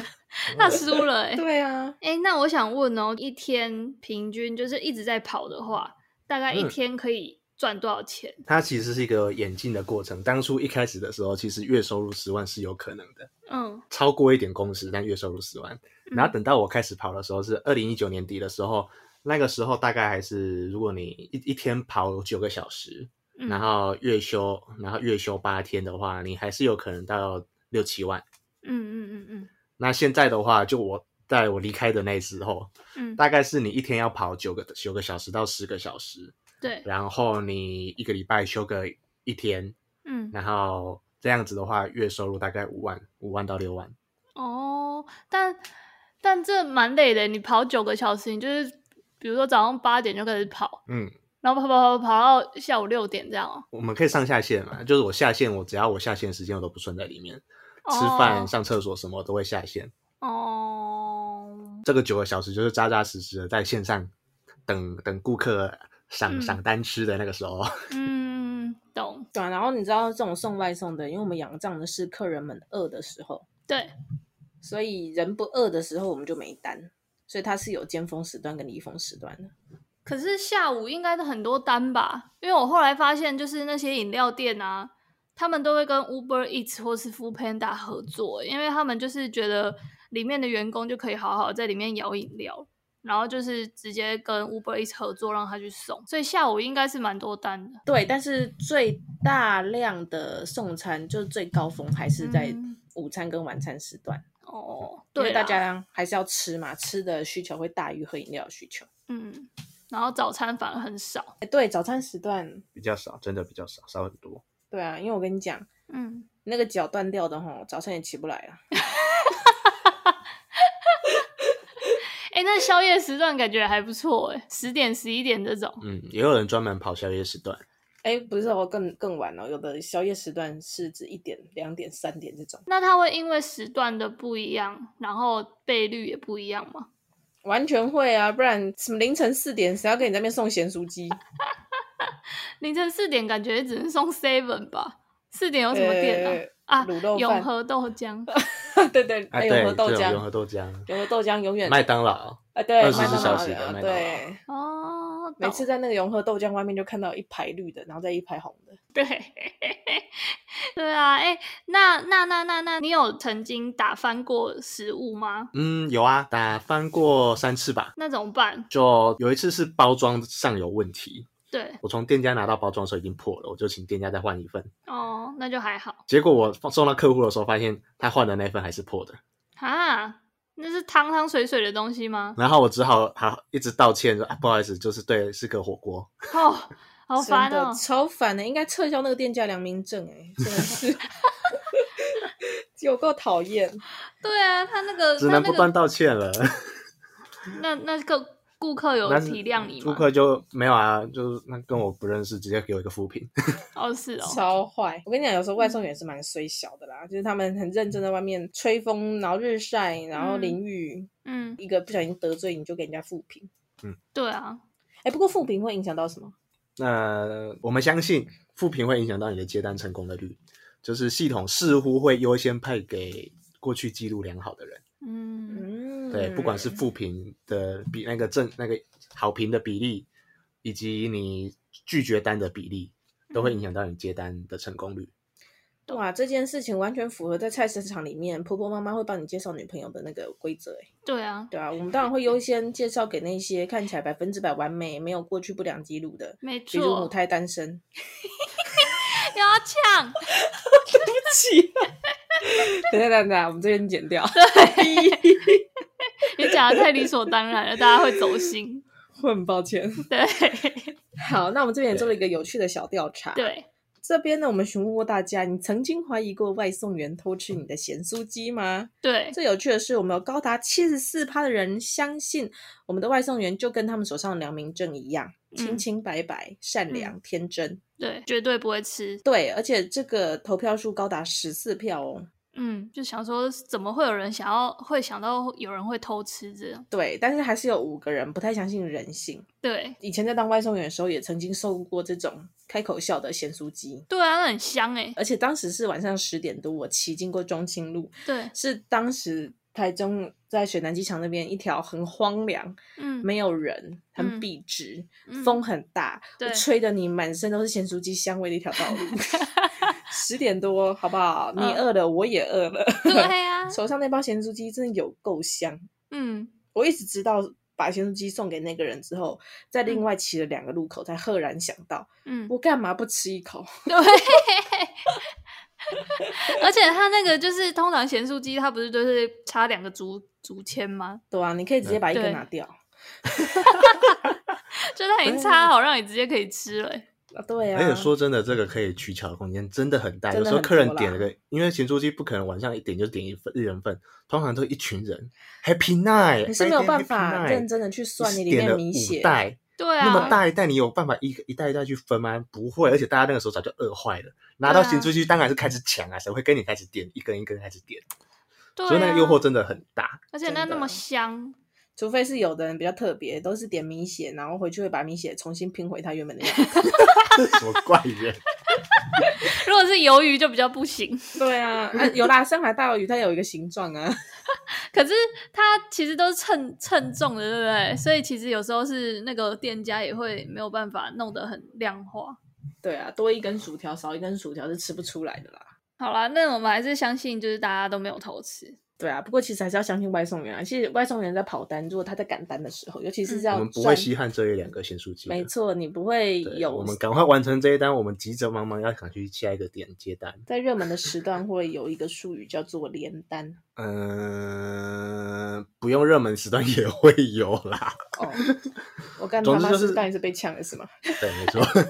[SPEAKER 2] 他输了哎、
[SPEAKER 1] 对啊，
[SPEAKER 2] 哎、那我想问哦，一天平均就是一直在跑的话，大概一
[SPEAKER 3] 嗯
[SPEAKER 2] 天可以赚多少钱？
[SPEAKER 3] 它其实是一个演进的过程。当初一开始的时候，其实月收入十万是有可能的，
[SPEAKER 2] 嗯，
[SPEAKER 3] 超过一点工时，但月收入十万。
[SPEAKER 2] 嗯
[SPEAKER 3] 然后等到我开始跑的时候，是二零一九年底的时候，那个时候大概还是，如果你一一天跑九个小时，
[SPEAKER 2] 嗯
[SPEAKER 3] 然后月休，然后月休八天的话，你还是有可能到六七万。
[SPEAKER 2] 嗯嗯嗯
[SPEAKER 3] 那现在的话，就我在我离开的那时候，
[SPEAKER 2] 嗯嗯，
[SPEAKER 3] 大概是你一天要跑九个九个小时到十个小时，
[SPEAKER 2] 对，
[SPEAKER 3] 然后你一个礼拜休个一天，
[SPEAKER 2] 嗯
[SPEAKER 3] 然后这样子的话，月收入大概五万，五万到六万。
[SPEAKER 2] 哦，但但这蛮累的，你跑九个小时，你就是比如说早上八点就开始跑，
[SPEAKER 3] 嗯，
[SPEAKER 2] 然后跑跑跑跑到下午六点这样哦。
[SPEAKER 3] 我们可以上下线嘛，就是我下线，我只要我下线时间我都不算在里面，吃
[SPEAKER 2] 哦
[SPEAKER 3] 饭、上厕所什么都会下线。
[SPEAKER 2] 哦，
[SPEAKER 3] 这个九个小时就是扎扎实实的在线上等等顾客赏
[SPEAKER 2] 嗯
[SPEAKER 3] 赏单吃的那个时候。
[SPEAKER 2] 嗯，懂，
[SPEAKER 1] 对啊。然后你知道这种送外送的，因为我们仰仗的是客人们饿的时候，
[SPEAKER 2] 对，
[SPEAKER 1] 所以人不饿的时候我们就没单，所以它是有尖峰时段跟离峰时段的。
[SPEAKER 2] 可是下午应该都很多单吧？因为我后来发现，就是那些饮料店啊，他们都会跟 Uber Eats 或是 Food Panda 合作，因为他们就是觉得里面的员工就可以好好在里面摇饮料，然后就是直接跟 Uber Eats 合作让他去送，所以下午应该是蛮多单的。
[SPEAKER 1] 对，但是最大量的送餐就是最高峰还是在
[SPEAKER 2] 嗯
[SPEAKER 1] 午餐跟晚餐时段，
[SPEAKER 2] 哦，
[SPEAKER 1] 因
[SPEAKER 2] 对
[SPEAKER 1] 为
[SPEAKER 2] 啦，
[SPEAKER 1] 大家还是要吃嘛，吃的需求会大于喝饮料的需求。
[SPEAKER 2] 嗯，然后早餐反而很少，
[SPEAKER 1] 哎，对，早餐时段，
[SPEAKER 3] (laughs) 比较少，真的比较少，少很多。
[SPEAKER 1] 对啊，因为我跟你讲，
[SPEAKER 2] 嗯，
[SPEAKER 1] 那个脚断掉的吼，早上也起不来啊。
[SPEAKER 2] 哎，那宵夜时段感觉还不错，哎，十点十一点这种，
[SPEAKER 3] 嗯，也有人专门跑宵夜时段，啊
[SPEAKER 1] 哎，不是哦，更更晚哦，有的宵夜时段是指一点、两点、三点这种，
[SPEAKER 2] 那它会因为时段的不一样，然后倍率也不一样吗？
[SPEAKER 1] 完全会啊，不然什么凌晨四点谁要给你在那边送咸酥鸡？ (laughs)
[SPEAKER 2] 凌晨四点感觉只能送 seven 吧？四点有什么店啊？啊，
[SPEAKER 1] 呃卤肉
[SPEAKER 2] 永
[SPEAKER 1] 饭
[SPEAKER 2] 和
[SPEAKER 1] (laughs)
[SPEAKER 2] 豆浆。
[SPEAKER 1] 呃？对对，
[SPEAKER 3] 啊，
[SPEAKER 1] 哎，
[SPEAKER 3] 对，
[SPEAKER 1] 永和豆
[SPEAKER 3] 这种
[SPEAKER 1] 浆，
[SPEAKER 3] 永和豆浆，
[SPEAKER 1] 永和豆浆永远
[SPEAKER 3] 麦当劳，
[SPEAKER 1] 啊，对，
[SPEAKER 3] 24
[SPEAKER 1] 麦当
[SPEAKER 3] 小
[SPEAKER 1] 劳
[SPEAKER 3] 时
[SPEAKER 1] 的
[SPEAKER 3] 的麦当劳
[SPEAKER 1] 对，
[SPEAKER 2] 哦，
[SPEAKER 1] 每
[SPEAKER 2] 懂
[SPEAKER 1] 次在那个永和豆浆外面就看到一排绿的，然后再一排红的。
[SPEAKER 2] 对，对啊，哎、那那那那那，你有曾经打翻过食物吗？
[SPEAKER 3] 嗯，有啊，打翻过三次吧。
[SPEAKER 2] 那怎么办？
[SPEAKER 3] 就有一次是包装上有问题，
[SPEAKER 2] 对，
[SPEAKER 3] 我从店家拿到包装的时候已经破了，我就请店家再换一份。
[SPEAKER 2] 哦，那就还好
[SPEAKER 3] 结果我放送到客户的时候，发现他换的那份还是破的，
[SPEAKER 2] 啊。那是汤汤水水的东西吗？
[SPEAKER 3] 然后我只好好一直道歉说、啊、不好意思，就是对，是个火锅。
[SPEAKER 2] 哦，好
[SPEAKER 1] 真
[SPEAKER 2] 烦
[SPEAKER 1] 的
[SPEAKER 2] 哦。
[SPEAKER 1] 超烦的，应该撤销那个店家良民证哎、真的
[SPEAKER 2] (laughs)
[SPEAKER 1] 是 (laughs) 有够讨厌。
[SPEAKER 2] 对啊，他那
[SPEAKER 1] 嗯
[SPEAKER 2] 个
[SPEAKER 3] 只
[SPEAKER 2] 他
[SPEAKER 3] 能
[SPEAKER 2] 那
[SPEAKER 3] 不
[SPEAKER 2] 个
[SPEAKER 3] 断道歉了。
[SPEAKER 2] 那那个顾客有
[SPEAKER 3] 但是
[SPEAKER 2] 体谅你吗？
[SPEAKER 3] 顾客就没有啊，就是那跟我不认识，直接给我一个负评。
[SPEAKER 2] 哦是哦，嗯
[SPEAKER 1] 超坏！我跟你讲，有时候外送员是蛮虽小的啦，就是他们很认真在外面吹风，然后日晒，然后淋雨，
[SPEAKER 2] 嗯，
[SPEAKER 1] 一个不小心得罪你就给人家负评。
[SPEAKER 2] 对啊，
[SPEAKER 1] 哎，不过负评会影响到什么？
[SPEAKER 3] 那、我们相信负评会影响到你的接单成功的率，就是系统似乎会优先派给过去记录良好的人。
[SPEAKER 2] 嗯
[SPEAKER 1] 嗯，
[SPEAKER 3] 对，不管是负评的比那个正那个好评的比例，以及你拒绝单的比例，都会影响到你接单的成功率。
[SPEAKER 1] 哇，这件事情完全符合在菜市场里面婆婆妈妈会帮你介绍女朋友的那个规则哎。
[SPEAKER 2] 对啊，
[SPEAKER 1] 对啊，我们当然会优先介绍给那些看起来百分之百完美、没有过去不良记录的，
[SPEAKER 2] 没
[SPEAKER 1] 比如母
[SPEAKER 2] 错，
[SPEAKER 1] 胎单
[SPEAKER 2] (laughs)
[SPEAKER 1] 身。
[SPEAKER 2] 又要呛，
[SPEAKER 1] 气！
[SPEAKER 2] 啊
[SPEAKER 1] 等一下等一下，我们这边剪掉。
[SPEAKER 2] 你讲的太理所当然了，大家会走心。
[SPEAKER 1] (laughs) 我很抱歉。
[SPEAKER 2] 对 (laughs)
[SPEAKER 1] 好，那我们这边也做了一个有趣的小调查。，
[SPEAKER 2] 对，
[SPEAKER 1] 这边呢，我们询问过大家，你曾经怀疑过外送员偷吃你的咸酥鸡吗？
[SPEAKER 2] 对，
[SPEAKER 1] 最有趣的是，我们有高达七十四趴的人相信
[SPEAKER 2] 嗯
[SPEAKER 1] 我们的外送员就跟他们手上的良民证一样，清清白白、善良、天真。
[SPEAKER 2] 对，绝对不会吃。
[SPEAKER 1] 对，而且这个投票数高达十四票哦。
[SPEAKER 2] 嗯，就想说怎么会有人想要会想到有人会偷吃这样？
[SPEAKER 1] 对，但是还是有五个人不太相信人性。
[SPEAKER 2] 对，
[SPEAKER 1] 以前在当外送员的时候，也曾经受过这种开口笑的咸酥鸡。
[SPEAKER 2] 对啊，那很香哎、
[SPEAKER 1] 而且当时是晚上十点多，我骑经过中清路，
[SPEAKER 2] 对，
[SPEAKER 1] 是当时台中在水南机场那边一条很荒凉、
[SPEAKER 2] 嗯，
[SPEAKER 1] 没有人、很
[SPEAKER 2] 嗯
[SPEAKER 1] 笔直、
[SPEAKER 2] 嗯
[SPEAKER 1] 风很大，
[SPEAKER 2] 对
[SPEAKER 1] 吹得你满身都是咸酥鸡香味的一条
[SPEAKER 2] (laughs)
[SPEAKER 1] 道路。十点多，好不好？你
[SPEAKER 2] 嗯
[SPEAKER 1] 饿了，我也饿了。
[SPEAKER 2] 对啊，
[SPEAKER 1] (laughs) 手上那包咸酥鸡真的有够香，
[SPEAKER 2] 嗯，
[SPEAKER 1] 我一直直到把咸酥鸡送给那个人之后，再另外骑了两个路口，才赫然想到，
[SPEAKER 2] 嗯，
[SPEAKER 1] 我干嘛不吃一口？
[SPEAKER 2] 对。而且它那个就是通常咸酥鸡，它不是都是插两个竹竹签吗？
[SPEAKER 1] 对啊，你可以直接把一根
[SPEAKER 2] 对
[SPEAKER 1] 拿掉。
[SPEAKER 2] 就它已经
[SPEAKER 3] 啊
[SPEAKER 2] 插好，让你直接可以吃了欸、
[SPEAKER 1] 啊对啊，
[SPEAKER 3] 而且说真的，这个可以取巧的空间真的很大。
[SPEAKER 1] 真
[SPEAKER 3] 有
[SPEAKER 1] 的
[SPEAKER 3] 时
[SPEAKER 1] 很
[SPEAKER 3] 候客人
[SPEAKER 1] 多啦
[SPEAKER 3] 点了个，因为咸猪鸡不可能晚上一点就点一份一人份，通常都一群人，Happy Night，
[SPEAKER 1] 你是没有办
[SPEAKER 3] 白
[SPEAKER 1] 法
[SPEAKER 3] 天 Happy Night
[SPEAKER 1] 认真的去算你里
[SPEAKER 3] 点
[SPEAKER 1] 面
[SPEAKER 3] 了
[SPEAKER 1] 米血
[SPEAKER 3] 五。袋，
[SPEAKER 2] 对啊，
[SPEAKER 3] 那么大一袋，你有办法一一袋一袋去分吗？不会，而且大家那个时候早就饿坏了，拿到
[SPEAKER 2] 对啊
[SPEAKER 3] 咸猪鸡当然是开始抢啊，谁会跟你开始点一根一根开始点？
[SPEAKER 2] 对啊，
[SPEAKER 3] 所以那个诱惑真啊的很
[SPEAKER 1] (laughs)
[SPEAKER 3] 大。
[SPEAKER 2] 而且那
[SPEAKER 1] 真的
[SPEAKER 2] 那么香，
[SPEAKER 1] 除非是有的人比较特别，都是点米血，然后回去会把米血重新拼回它原本的样子。 (laughs)
[SPEAKER 3] 这是什么怪人？
[SPEAKER 2] (laughs) 如果是鱿鱼就比较不行。
[SPEAKER 1] 对啊，啊有啦，上海大鱿鱼它有一个形状啊， (laughs)
[SPEAKER 2] 可是它其实都是称称重的，对不对？所以其实有时候是那个店家也会没有办法弄得很量化。
[SPEAKER 1] 对啊，多一根薯条少一根薯条是吃不出来的啦。
[SPEAKER 2] 好啦，那我们还是相信，就是大家都没有偷吃。
[SPEAKER 1] 对啊，不过其实还是要相信外送员啊。其实外送员在跑单，如果他在赶单的时候，尤其是
[SPEAKER 2] 嗯
[SPEAKER 1] 这样、
[SPEAKER 3] 我们不会稀罕这一两个咸酥鸡的。
[SPEAKER 1] 没错，你不会
[SPEAKER 3] 对
[SPEAKER 1] 有
[SPEAKER 3] 我们赶快完成这一单，我们急着忙忙要赶去下一个点接单。
[SPEAKER 1] 在热门的时段会有一个术语叫做连单
[SPEAKER 3] 嗯、不用热门时段也会有啦。
[SPEAKER 1] 哦。我刚
[SPEAKER 3] 总
[SPEAKER 1] 妈
[SPEAKER 3] 之
[SPEAKER 1] 妈
[SPEAKER 3] 就是
[SPEAKER 1] 是当然是被呛了是吗
[SPEAKER 3] 对，没错， (laughs)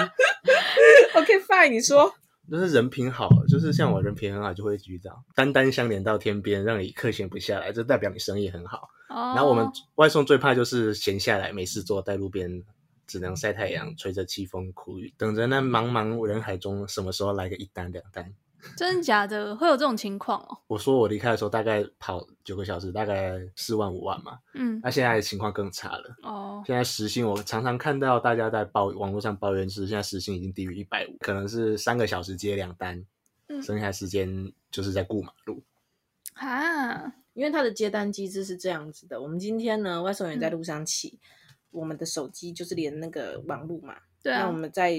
[SPEAKER 1] ？OK fine，你说
[SPEAKER 3] 就是人品好，就是像我人品很好，就会遇到单单相连到天边，让你客闲不下来，这代表你生意很好。
[SPEAKER 2] 哦，
[SPEAKER 3] 然后我们外送最怕就是闲下来没事做，在路边只能晒太阳，吹着凄风苦雨，等着那茫茫人海中什么时候来个一单两单。
[SPEAKER 2] 真的假的会有这种情况哦？
[SPEAKER 3] 我说我离开的时候大概跑九个小时，大概四万五万嘛。
[SPEAKER 2] 嗯
[SPEAKER 3] 那、，现在情况更差了。
[SPEAKER 2] 哦，
[SPEAKER 3] 现在时薪，我常常看到大家在抱网络上抱怨是，现在时薪已经低于一百五，可能是三个小时接两单，
[SPEAKER 2] 嗯
[SPEAKER 3] 剩下时间就是在过马路。
[SPEAKER 2] 啊，
[SPEAKER 1] 因为它的接单机制是这样子的，我们今天呢，外送员在路上骑，我们的手机就是连那个网路嘛，
[SPEAKER 2] 对
[SPEAKER 1] 那我
[SPEAKER 2] 啊，
[SPEAKER 1] 们在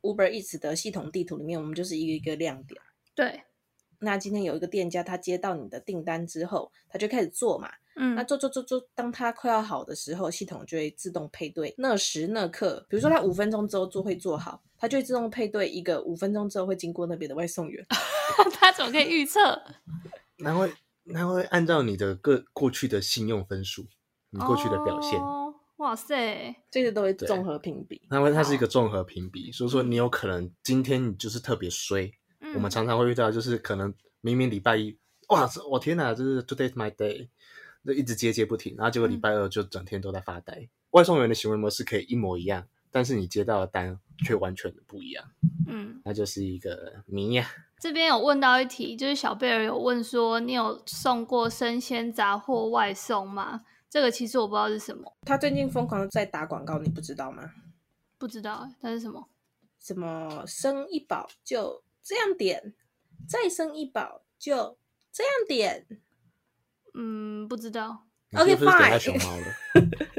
[SPEAKER 1] Uber Eats 的系统地图里面，我们就是一个一个亮点。
[SPEAKER 2] 对，
[SPEAKER 1] 那今天有一个店家，他接到你的订单之后，他就开始做嘛，那
[SPEAKER 2] 嗯，
[SPEAKER 1] 做做做做，当它快要好的时候，系统就会自动配对那时那刻，比如
[SPEAKER 3] 嗯
[SPEAKER 1] 说它五分钟之后做会做好，它就会自动配对一个五分钟之后会经过那边的外送员。
[SPEAKER 2] (laughs) 他怎么可以预测？
[SPEAKER 3] 那会那会按照你的个过去的信用分数，你过去的表现，
[SPEAKER 2] 哦，哇塞，
[SPEAKER 1] 这个都会综
[SPEAKER 3] 对
[SPEAKER 1] 合评比。
[SPEAKER 3] 那会它是一个综合评比，所以说你有可能今天你就是特别衰。
[SPEAKER 2] 嗯
[SPEAKER 3] 我们常常会遇到，就是可能明明礼拜一，哇，这我天哪，就是 today's my day，就一直接接不停，然后结果
[SPEAKER 1] 嗯
[SPEAKER 3] 礼拜二就整天都在发呆。外送员的行为模式可以一模一样，但是你接到的单却完全不一样，
[SPEAKER 2] 嗯，
[SPEAKER 3] 那就是一个谜呀、
[SPEAKER 2] 这边有问到一题，就是小贝尔有问说，你有送过生鲜杂货外送吗？这个其实我不知道是什么，
[SPEAKER 1] 他最近疯狂的在打广告，你不知道吗？
[SPEAKER 2] 不知道欸它是什么。
[SPEAKER 1] 什么生一宝就这样点，再生一宝就这样点。
[SPEAKER 2] 嗯，不知道。
[SPEAKER 3] 你是
[SPEAKER 1] OK，
[SPEAKER 3] 不是点到
[SPEAKER 1] fine
[SPEAKER 3] 熊猫了？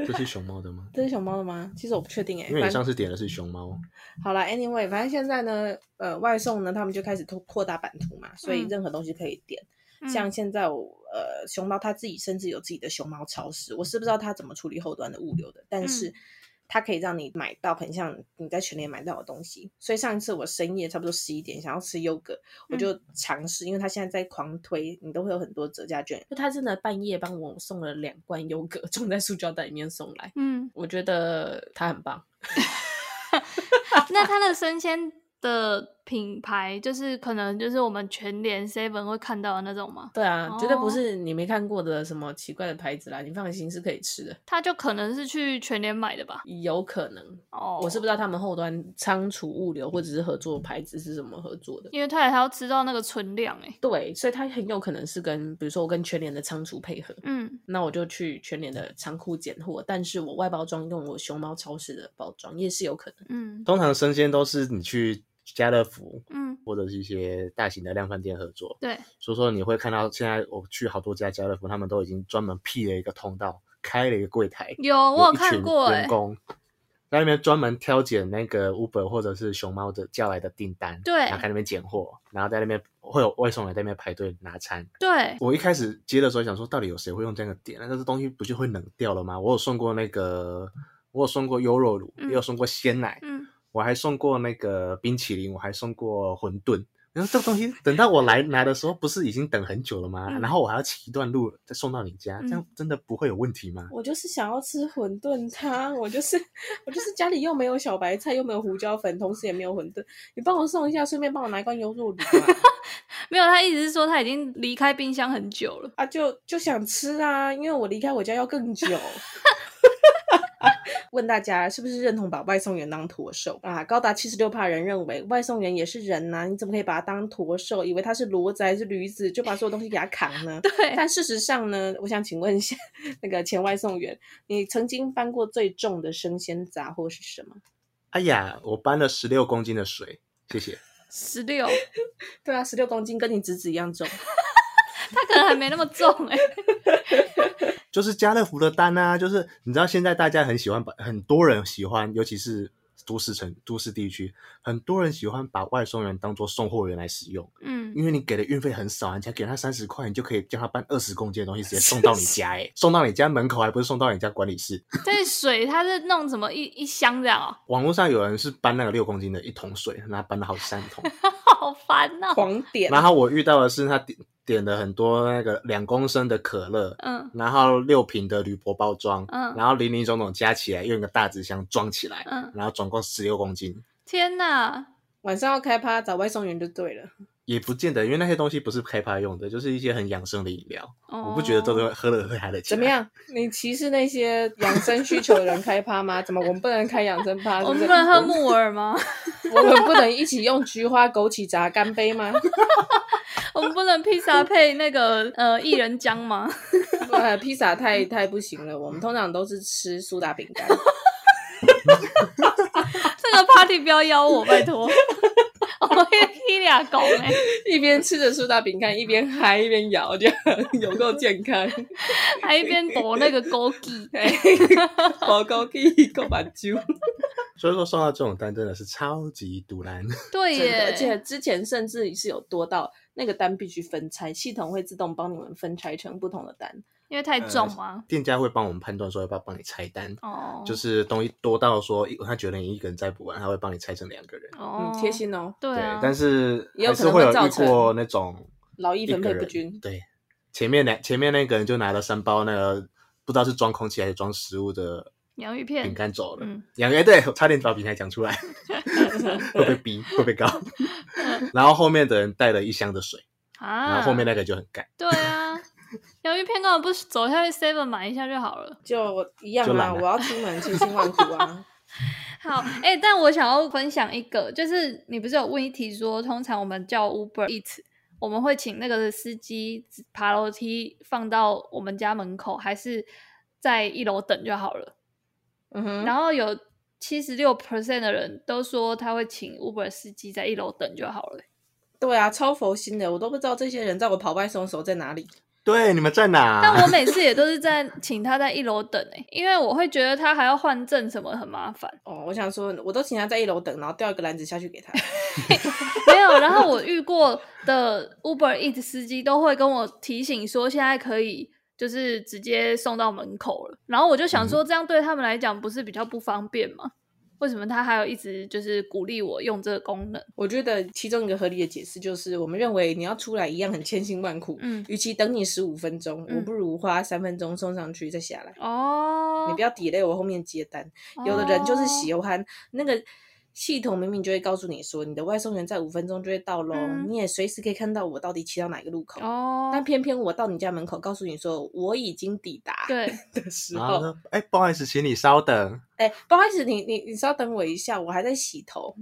[SPEAKER 1] (laughs)
[SPEAKER 3] 这是熊猫的吗？
[SPEAKER 1] 这是熊猫的吗？其实我不确定哎、
[SPEAKER 3] 因为你
[SPEAKER 1] 反
[SPEAKER 3] 上次点的是熊猫，
[SPEAKER 1] 好啦 a n y w a y 反正现在呢，呃，外送呢，他们就开始拓扩大版图嘛，所以
[SPEAKER 2] 嗯
[SPEAKER 1] 任何东西可以点。
[SPEAKER 2] 嗯
[SPEAKER 1] 像现在我呃熊猫它自己甚至有自己的熊猫超市，我是不知道它怎么处理后端的物流的，但是
[SPEAKER 2] 嗯
[SPEAKER 1] 它可以让你买到很像你在全联买到的东西。所以上一次我深夜差不多十一点想要吃优格，我就尝试，因为它现在在狂推，你都会有很多折价券。就它真的半夜帮我送了两罐优格， (laughs) 装在塑胶袋里面送来， (laughs)
[SPEAKER 2] 嗯，
[SPEAKER 1] 我觉得它很棒。
[SPEAKER 2] 那它的生鲜的品牌，就是可能就是我们全联 Seven 会看到的那种吗？
[SPEAKER 1] 对啊，
[SPEAKER 2] 哦
[SPEAKER 1] 绝对不是你没看过的什么奇怪的牌子啦，你放心是可以吃的，
[SPEAKER 2] 他就可能是去全联买的吧？
[SPEAKER 1] 有可能。
[SPEAKER 2] 哦，
[SPEAKER 1] 我是不知道他们后端仓储物流或者是合作牌子是怎么合作的。
[SPEAKER 2] 因为他也还要吃到那个存量哎、
[SPEAKER 1] 对，所以它很有可能是跟，比如说我跟全联的仓储配合，
[SPEAKER 2] 嗯，
[SPEAKER 1] 那我就去全联的仓库拣货，但是我外包装用我熊猫超市的包装也是有可能。
[SPEAKER 2] 嗯
[SPEAKER 3] 通常生鲜都是你去家乐福
[SPEAKER 2] 嗯，
[SPEAKER 3] 或者是一些大型的量贩店合作，
[SPEAKER 2] 对，
[SPEAKER 3] 所以说你会看到现在我去好多家家乐福，他们都已经专门辟了一个通道，开了一个柜台，
[SPEAKER 2] 有我有
[SPEAKER 3] 一群
[SPEAKER 2] 看过哎、
[SPEAKER 3] 员工在那边专门挑拣那个 Uber 或者是熊猫的叫来的订单，
[SPEAKER 2] 对
[SPEAKER 3] 然后在那边拣货，然后在那边会有外送员在那边排队拿餐。
[SPEAKER 2] 对，
[SPEAKER 3] 我一开始接的时候想说，到底有谁会用这样的点？那这东西不就会冷掉了吗？我有送过那个，我有送过优酪乳，
[SPEAKER 2] 嗯
[SPEAKER 3] 也有送过鲜奶，
[SPEAKER 2] 嗯，
[SPEAKER 3] 我还送过那个冰淇淋，我还送过馄饨。然后这个东西等到我来拿的时候，不是已经等很久了吗？
[SPEAKER 2] 嗯
[SPEAKER 3] 然后我还要骑一段路再送到你家，这样
[SPEAKER 2] 嗯
[SPEAKER 3] 真的不会有问题吗？
[SPEAKER 1] 我就是想要吃馄饨汤，我就是我就是家里又没有小白菜，又没有胡椒粉，同时也没有馄饨，你帮我送一下，顺便帮我拿一罐优酪乳啊嘛
[SPEAKER 2] 没有，他一直是说他已经离开冰箱很久了。
[SPEAKER 1] 啊，就就想吃啊，因为我离开我家要更 (laughs) 久。问大家是不是认同把外送员当驼兽啊？高达七十六人认为外送员也是人呐、你怎么可以把他当驼兽，以为他是骡子还是驴子，就把所有东西给他扛 (laughs) 呢？
[SPEAKER 2] 对，
[SPEAKER 1] 但事实上呢，我想请问一下那个前外送员，你曾经搬过最重的生鲜杂货是什么？
[SPEAKER 3] 哎呀，我搬了十六公斤的水，谢谢。
[SPEAKER 2] 十六，
[SPEAKER 1] 对啊，十六公斤，跟你侄子一样重。
[SPEAKER 2] 他可能还没那么重哎、
[SPEAKER 3] 就是家乐福的单啊，就是你知道现在大家很喜欢把很多人喜欢，尤其是都市城都市地区，很多人喜欢把外送员当做送货员来使用，
[SPEAKER 2] 嗯，
[SPEAKER 3] 因为你给的运费很少，你才给他三十块，你就可以叫他搬二十公斤的东西直接送到
[SPEAKER 2] (laughs)
[SPEAKER 3] 你家、欸，送到你家门口，还不是送到你家管理室。
[SPEAKER 2] 这水它是弄什么一一箱这样哦， (laughs)
[SPEAKER 3] 网络上有人是搬那个六公斤的一桶水，然后搬了好三
[SPEAKER 2] (laughs)
[SPEAKER 3] 桶，
[SPEAKER 2] 好烦哦。
[SPEAKER 1] (laughs) 狂点，
[SPEAKER 3] 然后我遇到的是他点点了很多那个两公升的可乐，
[SPEAKER 2] 嗯
[SPEAKER 3] 然后六瓶的铝箔包装，
[SPEAKER 2] 嗯
[SPEAKER 3] 然后零零总总加起来，用一个大纸箱装起来，
[SPEAKER 2] 嗯，
[SPEAKER 3] 然后总共十六公斤，
[SPEAKER 2] 天哪，
[SPEAKER 1] 晚上要开趴找外送员就对了。
[SPEAKER 3] 也不见得，因为那些东西不是开趴用的，就是一些很养生的饮料，
[SPEAKER 2] 哦、
[SPEAKER 3] 我不觉得这都喝了会嗨得起来。啊
[SPEAKER 1] 怎么？样？ (laughs) 你歧视那些养生需求的人开趴
[SPEAKER 2] (laughs)
[SPEAKER 1] 吗？怎么我们不能开养生趴？
[SPEAKER 2] 我
[SPEAKER 1] 是
[SPEAKER 2] 们不
[SPEAKER 1] 是
[SPEAKER 2] 能喝木
[SPEAKER 3] (laughs)
[SPEAKER 2] 耳吗？
[SPEAKER 1] 我们不能一起用菊花枸杞杂干杯吗？ (laughs)
[SPEAKER 2] 我们不能披萨配那个呃薏仁浆吗？ (laughs)
[SPEAKER 1] 呃，披萨太太不行了，我们通常都是吃苏打饼干。
[SPEAKER 2] (laughs) 这个 party 不要邀我，拜托。 (laughs) 我会一俩狗哎，
[SPEAKER 1] 一边吃着苏打饼干，一边嗨，一边摇，这样有够健
[SPEAKER 2] (laughs)
[SPEAKER 1] 康。
[SPEAKER 2] 还一边抖那个枸杞。
[SPEAKER 1] 我高一够满足。
[SPEAKER 3] 所以说送到这种单真的是超级堵然，
[SPEAKER 2] 对
[SPEAKER 1] 真的，而且
[SPEAKER 2] 耶，
[SPEAKER 1] 之前甚至是有多到那个单必须分拆，系统会自动帮你们分拆成不同的单。
[SPEAKER 2] 因为
[SPEAKER 3] 呃
[SPEAKER 2] 太重嘛。
[SPEAKER 3] 店家会帮我们判断说要不要帮你拆单，
[SPEAKER 2] 哦，
[SPEAKER 3] 就是东西多到说一他觉得你一个人摘不完，他会帮你拆成两个人。
[SPEAKER 2] 哦
[SPEAKER 1] 嗯，，贴。心哦，
[SPEAKER 2] 对啊，
[SPEAKER 3] 但是
[SPEAKER 1] 也有
[SPEAKER 3] 还
[SPEAKER 1] 可
[SPEAKER 3] 是
[SPEAKER 1] 能
[SPEAKER 3] 会
[SPEAKER 1] 会
[SPEAKER 3] 有
[SPEAKER 1] 造
[SPEAKER 3] 遇
[SPEAKER 1] 成
[SPEAKER 3] 过那种
[SPEAKER 1] 劳逸
[SPEAKER 3] 一
[SPEAKER 1] 分
[SPEAKER 3] 个
[SPEAKER 1] 配不
[SPEAKER 3] 人
[SPEAKER 1] 均。
[SPEAKER 3] 对，前面两前面那个人就拿了三包那个不知道是装空气还是装食物的
[SPEAKER 2] 洋芋
[SPEAKER 3] 饼
[SPEAKER 2] 片，
[SPEAKER 3] 干走了。
[SPEAKER 2] 嗯，
[SPEAKER 3] 两个哎，对，我差点把饼干讲
[SPEAKER 1] (laughs)
[SPEAKER 3] 出来，会被逼，会被告。然后后面的人带了一箱的水，然
[SPEAKER 2] 啊，
[SPEAKER 3] 后后
[SPEAKER 1] 嗯
[SPEAKER 3] 面那个就很干，
[SPEAKER 2] (laughs) 对啊，洋芋片根本不是走下去 Seven 买一下就好了。
[SPEAKER 1] 就一样
[SPEAKER 3] 就
[SPEAKER 1] 啊，
[SPEAKER 3] 懒了
[SPEAKER 1] 我要出门千辛万苦啊。
[SPEAKER 2] 好，哎、但我想要分享一个，就是你不是有问一题说，通常我们叫 Uber Eat，我们会请那个司机爬楼梯放到我们家门口，还是在一楼等就好了？
[SPEAKER 1] 嗯哼，
[SPEAKER 2] 然后有七十六 percent 的人都说他会请 Uber 司机在一楼等就好了。
[SPEAKER 1] 对啊，超佛心的，我都不知道这些人在我跑外送的时候在哪里。
[SPEAKER 3] 对，你们在哪？
[SPEAKER 2] 但我每次也都是在请他在一楼等、欸，因为我会觉得他还要换证什么很麻烦。
[SPEAKER 1] 哦，我想说，我都请他在一楼等，然后掉一个篮子下去给他。
[SPEAKER 2] (laughs) 没有，然后我遇过的 Uber Eat 司机都会跟我提醒说，现在可以就是直接送到门口了。然后我就想说，这样对他们来讲不是比较不方便吗？为什么他还有一直就是鼓励我用这个功能？
[SPEAKER 1] 我觉得其中一个合理的解释就是，我们认为你要出来一样很千辛万苦，
[SPEAKER 2] 嗯，
[SPEAKER 1] 与其等你十五分钟，
[SPEAKER 2] 嗯
[SPEAKER 1] 我不如花三分钟送上去再下来。
[SPEAKER 2] 哦，
[SPEAKER 1] 你不要抵累我后面接单。有的人就是喜欢那个系统明明就会告诉你说，你的外送员在五分钟就会到喽，
[SPEAKER 2] 嗯
[SPEAKER 1] 你也随时可以看到我到底骑到哪个路口。
[SPEAKER 2] 哦，
[SPEAKER 1] 但偏偏我到你家门口，告诉你说我已经抵达
[SPEAKER 2] 对，
[SPEAKER 1] 的时
[SPEAKER 3] 然后
[SPEAKER 1] 候，
[SPEAKER 3] 呢？哎、不好意思，请你稍等。
[SPEAKER 1] 哎、不好意思，你你你稍等我一下，我还在洗 (laughs) 头，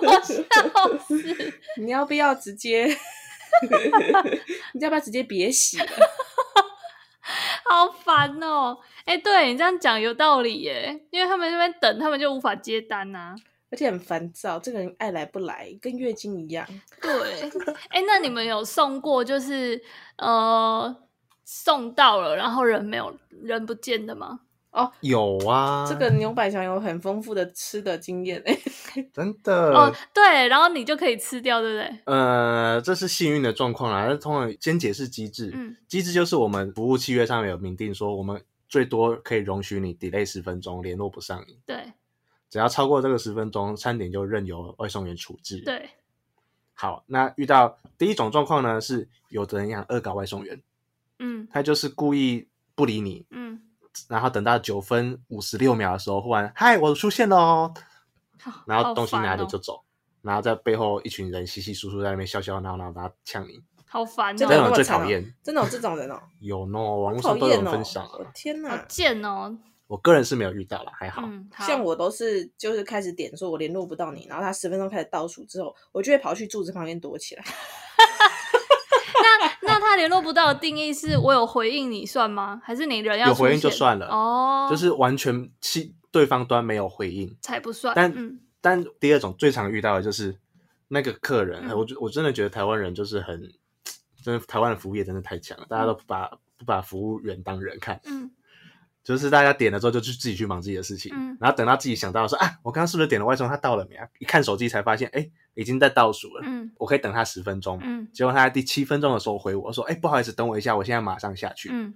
[SPEAKER 2] 我笑死，
[SPEAKER 1] 你要不要直 (laughs) 接？你要不要直接别洗 (laughs) 了？
[SPEAKER 2] (laughs) 好烦哦。哎，对你这样讲有道理耶，因为他们那边等，他们就无法接单啊呐、
[SPEAKER 1] 而且很烦躁，这个人爱来不来，跟月经一样。
[SPEAKER 2] 对，哎，那你们有送过就是呃送到了，然后人没有人不见的吗？
[SPEAKER 3] 有啊，
[SPEAKER 1] 这个牛百强有很丰富的吃的经
[SPEAKER 3] (laughs)
[SPEAKER 1] 验哎、
[SPEAKER 3] 真的
[SPEAKER 2] 哦，对，然后你就可以吃掉，对不对？
[SPEAKER 3] 呃，这是幸运的状况啦。但通常先解释机制，
[SPEAKER 2] 嗯
[SPEAKER 3] 机制就是我们服务契约上面有明定说，我们最多可以容许你 delay 十分钟，联络不上你。
[SPEAKER 2] 对
[SPEAKER 3] 只要超过这个十分钟，餐点就任由外送员处置。，
[SPEAKER 2] 对，
[SPEAKER 3] 好，那遇到第一种状况呢，是有的人想恶搞外送员，
[SPEAKER 2] 嗯
[SPEAKER 3] 他就是故意不理你，
[SPEAKER 2] 嗯，
[SPEAKER 3] 然后等到九分五十六秒的时候，忽然嗨，我出现哦喽，
[SPEAKER 2] 好
[SPEAKER 3] 然后
[SPEAKER 2] 好
[SPEAKER 3] 东西
[SPEAKER 2] 烦
[SPEAKER 3] 拿着
[SPEAKER 2] 哦
[SPEAKER 3] 就走，然后在背后一群人稀稀疏疏在那边笑笑闹闹，然后呛你，
[SPEAKER 2] 好烦
[SPEAKER 1] 真
[SPEAKER 3] 这
[SPEAKER 1] 的
[SPEAKER 3] 种
[SPEAKER 1] 那
[SPEAKER 3] 人
[SPEAKER 1] 么
[SPEAKER 2] 哦，
[SPEAKER 3] 最
[SPEAKER 1] 惨
[SPEAKER 3] 讨
[SPEAKER 1] 哦
[SPEAKER 3] 厌。
[SPEAKER 1] 真的有这种人哦、
[SPEAKER 3] 有呢，网络
[SPEAKER 1] 讨
[SPEAKER 3] 上都有
[SPEAKER 1] 厌哦！
[SPEAKER 3] 人分享啊。
[SPEAKER 1] 我天
[SPEAKER 2] 好
[SPEAKER 1] 哪，
[SPEAKER 2] 贱哦。
[SPEAKER 3] 我个人是没有遇到了，还好。
[SPEAKER 2] 嗯，好
[SPEAKER 1] 像我都是就是开始点说我联络不到你，然后他十分钟开始倒数之后，我就会跑去柱子旁边躲起来。
[SPEAKER 2] 那那他联络不到的定义是我有回应你算吗？还是你人要
[SPEAKER 3] 有回应
[SPEAKER 2] 出现
[SPEAKER 3] 就算了
[SPEAKER 2] 哦，
[SPEAKER 3] 就是完全其对方端没有回应。
[SPEAKER 2] 才不算。
[SPEAKER 3] 但、
[SPEAKER 2] 嗯
[SPEAKER 3] 但第二种最常遇到的就是那个客人，哎
[SPEAKER 2] 嗯
[SPEAKER 3] 我觉我真的觉得台湾人就是很，真的台湾的服务业真的太强了，大家都不把、不把服务员当人看，
[SPEAKER 2] 嗯
[SPEAKER 3] 就是大家点了之后就去自己去忙自己的事情，
[SPEAKER 2] 嗯
[SPEAKER 3] 然后等到自己想到说啊，我刚刚是不是点了外送，他到了没啊？一看手机才发现，哎，已经在倒数了，
[SPEAKER 2] 嗯
[SPEAKER 3] 我可以等他十分钟嘛。
[SPEAKER 2] 嗯
[SPEAKER 3] 结果他在第七分钟的时候回我说：“哎、不好意思，等我一下，我现在马上下去。
[SPEAKER 2] 嗯，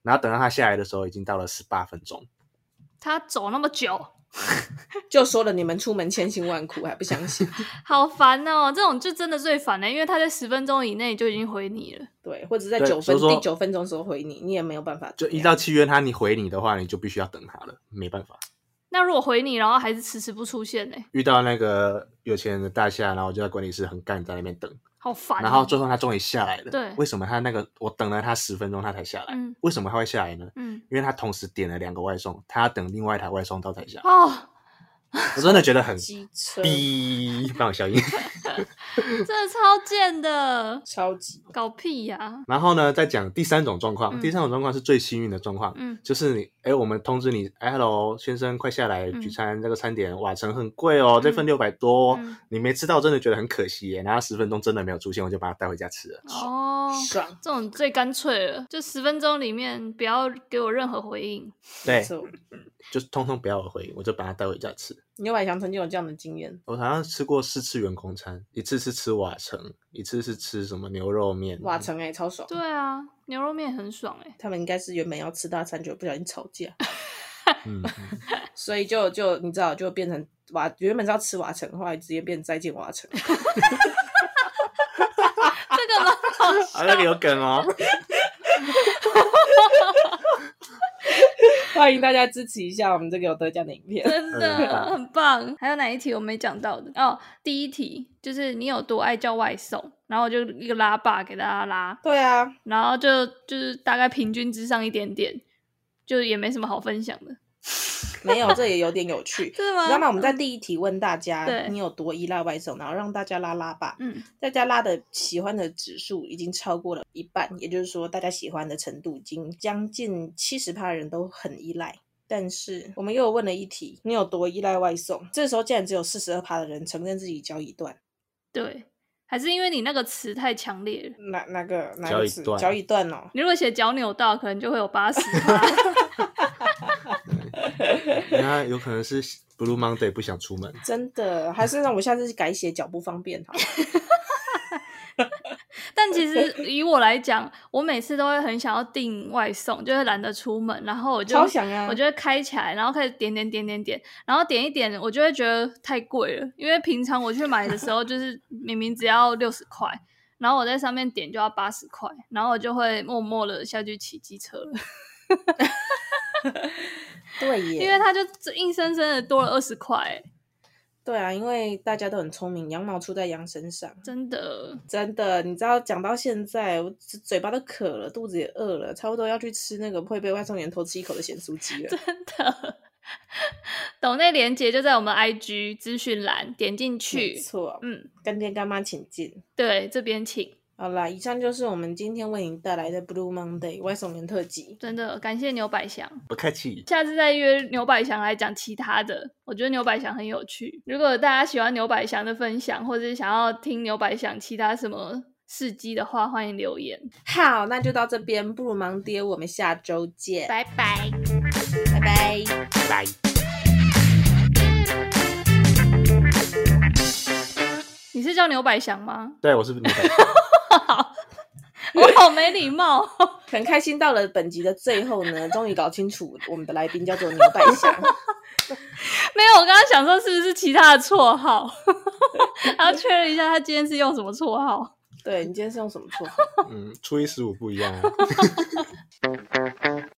[SPEAKER 3] 然后等到他下来的时候，已经到了十八分钟。
[SPEAKER 2] 他走那么久，
[SPEAKER 1] 就说了你们出门千辛万苦，还不相 (laughs) 信？
[SPEAKER 2] 好烦哦！这种就真的最烦了，因为他在十分钟以内就已经回你了。
[SPEAKER 1] 对，或者在
[SPEAKER 3] 对
[SPEAKER 1] 九分
[SPEAKER 3] 所以说
[SPEAKER 1] 第九分钟的时候回你，你也没有办法
[SPEAKER 3] 就
[SPEAKER 1] 怎么
[SPEAKER 3] 依
[SPEAKER 2] 啊
[SPEAKER 1] 样。
[SPEAKER 3] 照契约，他你回你的话，你就必须要等他了，没办法。
[SPEAKER 2] 那如果回你，然后还是迟迟不出现呢、
[SPEAKER 3] 遇到那个有钱人的大厦，然后我就在管理室很干，在那边等。
[SPEAKER 2] 好烦哦、
[SPEAKER 3] 然后最后他终于下来了。
[SPEAKER 2] 对
[SPEAKER 3] 为什么他那个我等了他十分钟，他才下来？
[SPEAKER 2] 嗯
[SPEAKER 3] 为什么他会下来呢？
[SPEAKER 2] 嗯
[SPEAKER 3] 因为他同时点了两个外送，他要等另外一台外送到才下来。
[SPEAKER 2] 哦，
[SPEAKER 3] 我真的觉得
[SPEAKER 2] (laughs)
[SPEAKER 3] 很
[SPEAKER 1] 机车，
[SPEAKER 3] 逼，帮我消音。 (laughs)
[SPEAKER 2] 真的超贱的，
[SPEAKER 1] 超级
[SPEAKER 2] 搞屁呀、
[SPEAKER 3] 然后呢，再讲第三种状况，
[SPEAKER 2] 嗯
[SPEAKER 3] 第三种状况是最幸运的状况，
[SPEAKER 2] 嗯
[SPEAKER 3] 就是你，哎，我们通知你，哎，hello，先生，快下来
[SPEAKER 2] 嗯
[SPEAKER 3] 聚餐，这个餐点瓦城很贵哦，这份六百多哦，
[SPEAKER 2] 嗯
[SPEAKER 3] 你没吃到真的觉得很可惜耶。然后十分钟真的没有出现，我就把它带回家吃了。
[SPEAKER 2] 哦，
[SPEAKER 1] 爽，
[SPEAKER 2] 这种最干脆了，就十分钟里面不要给我任何回应。
[SPEAKER 3] (laughs) 对，
[SPEAKER 1] 没错
[SPEAKER 3] 就是通通不要我回应，我就把它带回家吃。
[SPEAKER 1] 牛百强曾经有这样的经验，
[SPEAKER 3] 我好像吃过四次员工餐，一次是吃瓦城，一次是吃什么牛肉面。
[SPEAKER 1] 哇，成哎、超爽。
[SPEAKER 2] 对啊，牛肉面很爽哎、
[SPEAKER 1] 他们应该是原本要吃大餐，就不小心吵架，
[SPEAKER 2] (laughs)
[SPEAKER 3] 嗯，嗯
[SPEAKER 1] 所以就就你知道，就变成瓦原本是要吃瓦城，后来直接变再见瓦城。
[SPEAKER 2] 这个吗？ (laughs)
[SPEAKER 3] 啊，那个有梗哦。
[SPEAKER 1] (laughs) 欢迎大家支持一下我们这个有得奖的影片。
[SPEAKER 2] 真
[SPEAKER 3] (laughs)
[SPEAKER 2] 的很棒。还有哪一题我没讲到的？哦，第一题就是你有多爱叫外送，然后我就一个拉霸给大家拉，
[SPEAKER 1] 对啊，
[SPEAKER 2] 然后就就是大概平均之上一点点，就也没什么好分享的，
[SPEAKER 1] 没有，这也有点有
[SPEAKER 2] (laughs)
[SPEAKER 1] 趣。
[SPEAKER 2] 真
[SPEAKER 1] 你知道
[SPEAKER 2] 的
[SPEAKER 1] 吗？
[SPEAKER 2] 吗？
[SPEAKER 1] 我们在第一题问大家
[SPEAKER 2] 嗯对
[SPEAKER 1] 你有多依赖外送，然后让大家拉拉吧。
[SPEAKER 2] 嗯，
[SPEAKER 1] 大家拉的喜欢的指数已经超过了一半，也就是说，大家喜欢的程度已经将近七十趴人都很依赖。但是我们又有问了一题，你有多依赖外送？这时候竟然只有四十二趴的人承认自己交易断，
[SPEAKER 2] 对，还是因为你那个词太强烈了。
[SPEAKER 1] 哪哪个哪
[SPEAKER 3] 交
[SPEAKER 1] 个
[SPEAKER 3] 易
[SPEAKER 1] 词
[SPEAKER 3] 断啊
[SPEAKER 1] 交易断哦？
[SPEAKER 2] 你如果写脚扭到，可能就会有八十。
[SPEAKER 3] 那有可能是 Blue Monday 不想出门。
[SPEAKER 1] 真的，还是让我下次改写脚不方便好了。
[SPEAKER 2] 但其实以我来讲，我每次都会很想要订外送，就会懒得出门，然后我就
[SPEAKER 1] 超想啊
[SPEAKER 2] 我就会开起来，然后开始点点点点点，然后点一点，我就会觉得太贵了，因为平常我去买的时候，就是明明只要六十块，然后我在上面点就要八十块，然后我就会默默的下去骑机车了。
[SPEAKER 1] 对对耶，
[SPEAKER 2] (laughs) 因为它就硬生生的多了二十块。欸
[SPEAKER 1] 对啊，因为大家都很聪明，羊毛出在羊身上，
[SPEAKER 2] 真的。
[SPEAKER 1] 真的，你知道讲到现在，我嘴巴都渴了，肚子也饿了，差不多要去吃那个会被外送员偷吃一口的咸酥鸡了。
[SPEAKER 2] 真的。抖内连接就在我们 IG 资讯栏，点进
[SPEAKER 1] 没
[SPEAKER 2] 去。
[SPEAKER 1] 错，
[SPEAKER 2] 嗯，
[SPEAKER 1] 干爹干妈请进。
[SPEAKER 2] 对，这边请。
[SPEAKER 1] 好啦，以上就是我们今天为您带来的 Blue Monday 外送员特辑。
[SPEAKER 2] 真的感谢牛百祥，
[SPEAKER 3] 不客气。
[SPEAKER 2] 下次再约牛百祥来讲其他的。我觉得牛百祥很有趣。如果大家喜欢牛百祥的分享，或者是想要听牛百祥其他什么事迹的话，欢迎留言。
[SPEAKER 1] 好，那就到这边，不如忙爹，我们下周见，
[SPEAKER 2] 拜拜。
[SPEAKER 1] 拜拜。
[SPEAKER 3] 拜。
[SPEAKER 2] 你是叫牛百祥吗？
[SPEAKER 3] 对，我是
[SPEAKER 2] (laughs)
[SPEAKER 3] 你的。
[SPEAKER 2] 我好没礼貌。 (laughs)
[SPEAKER 1] 很开心到了本集的最后呢，终于搞清楚我们的来宾叫做牛百祥。
[SPEAKER 2] (laughs) 没有，我刚刚想说是不是其他的绰号， (laughs) 然后确认一下他今天是用什么绰号。
[SPEAKER 1] 对你今天是用什么绰号？
[SPEAKER 3] 嗯，初一十五不一样啊。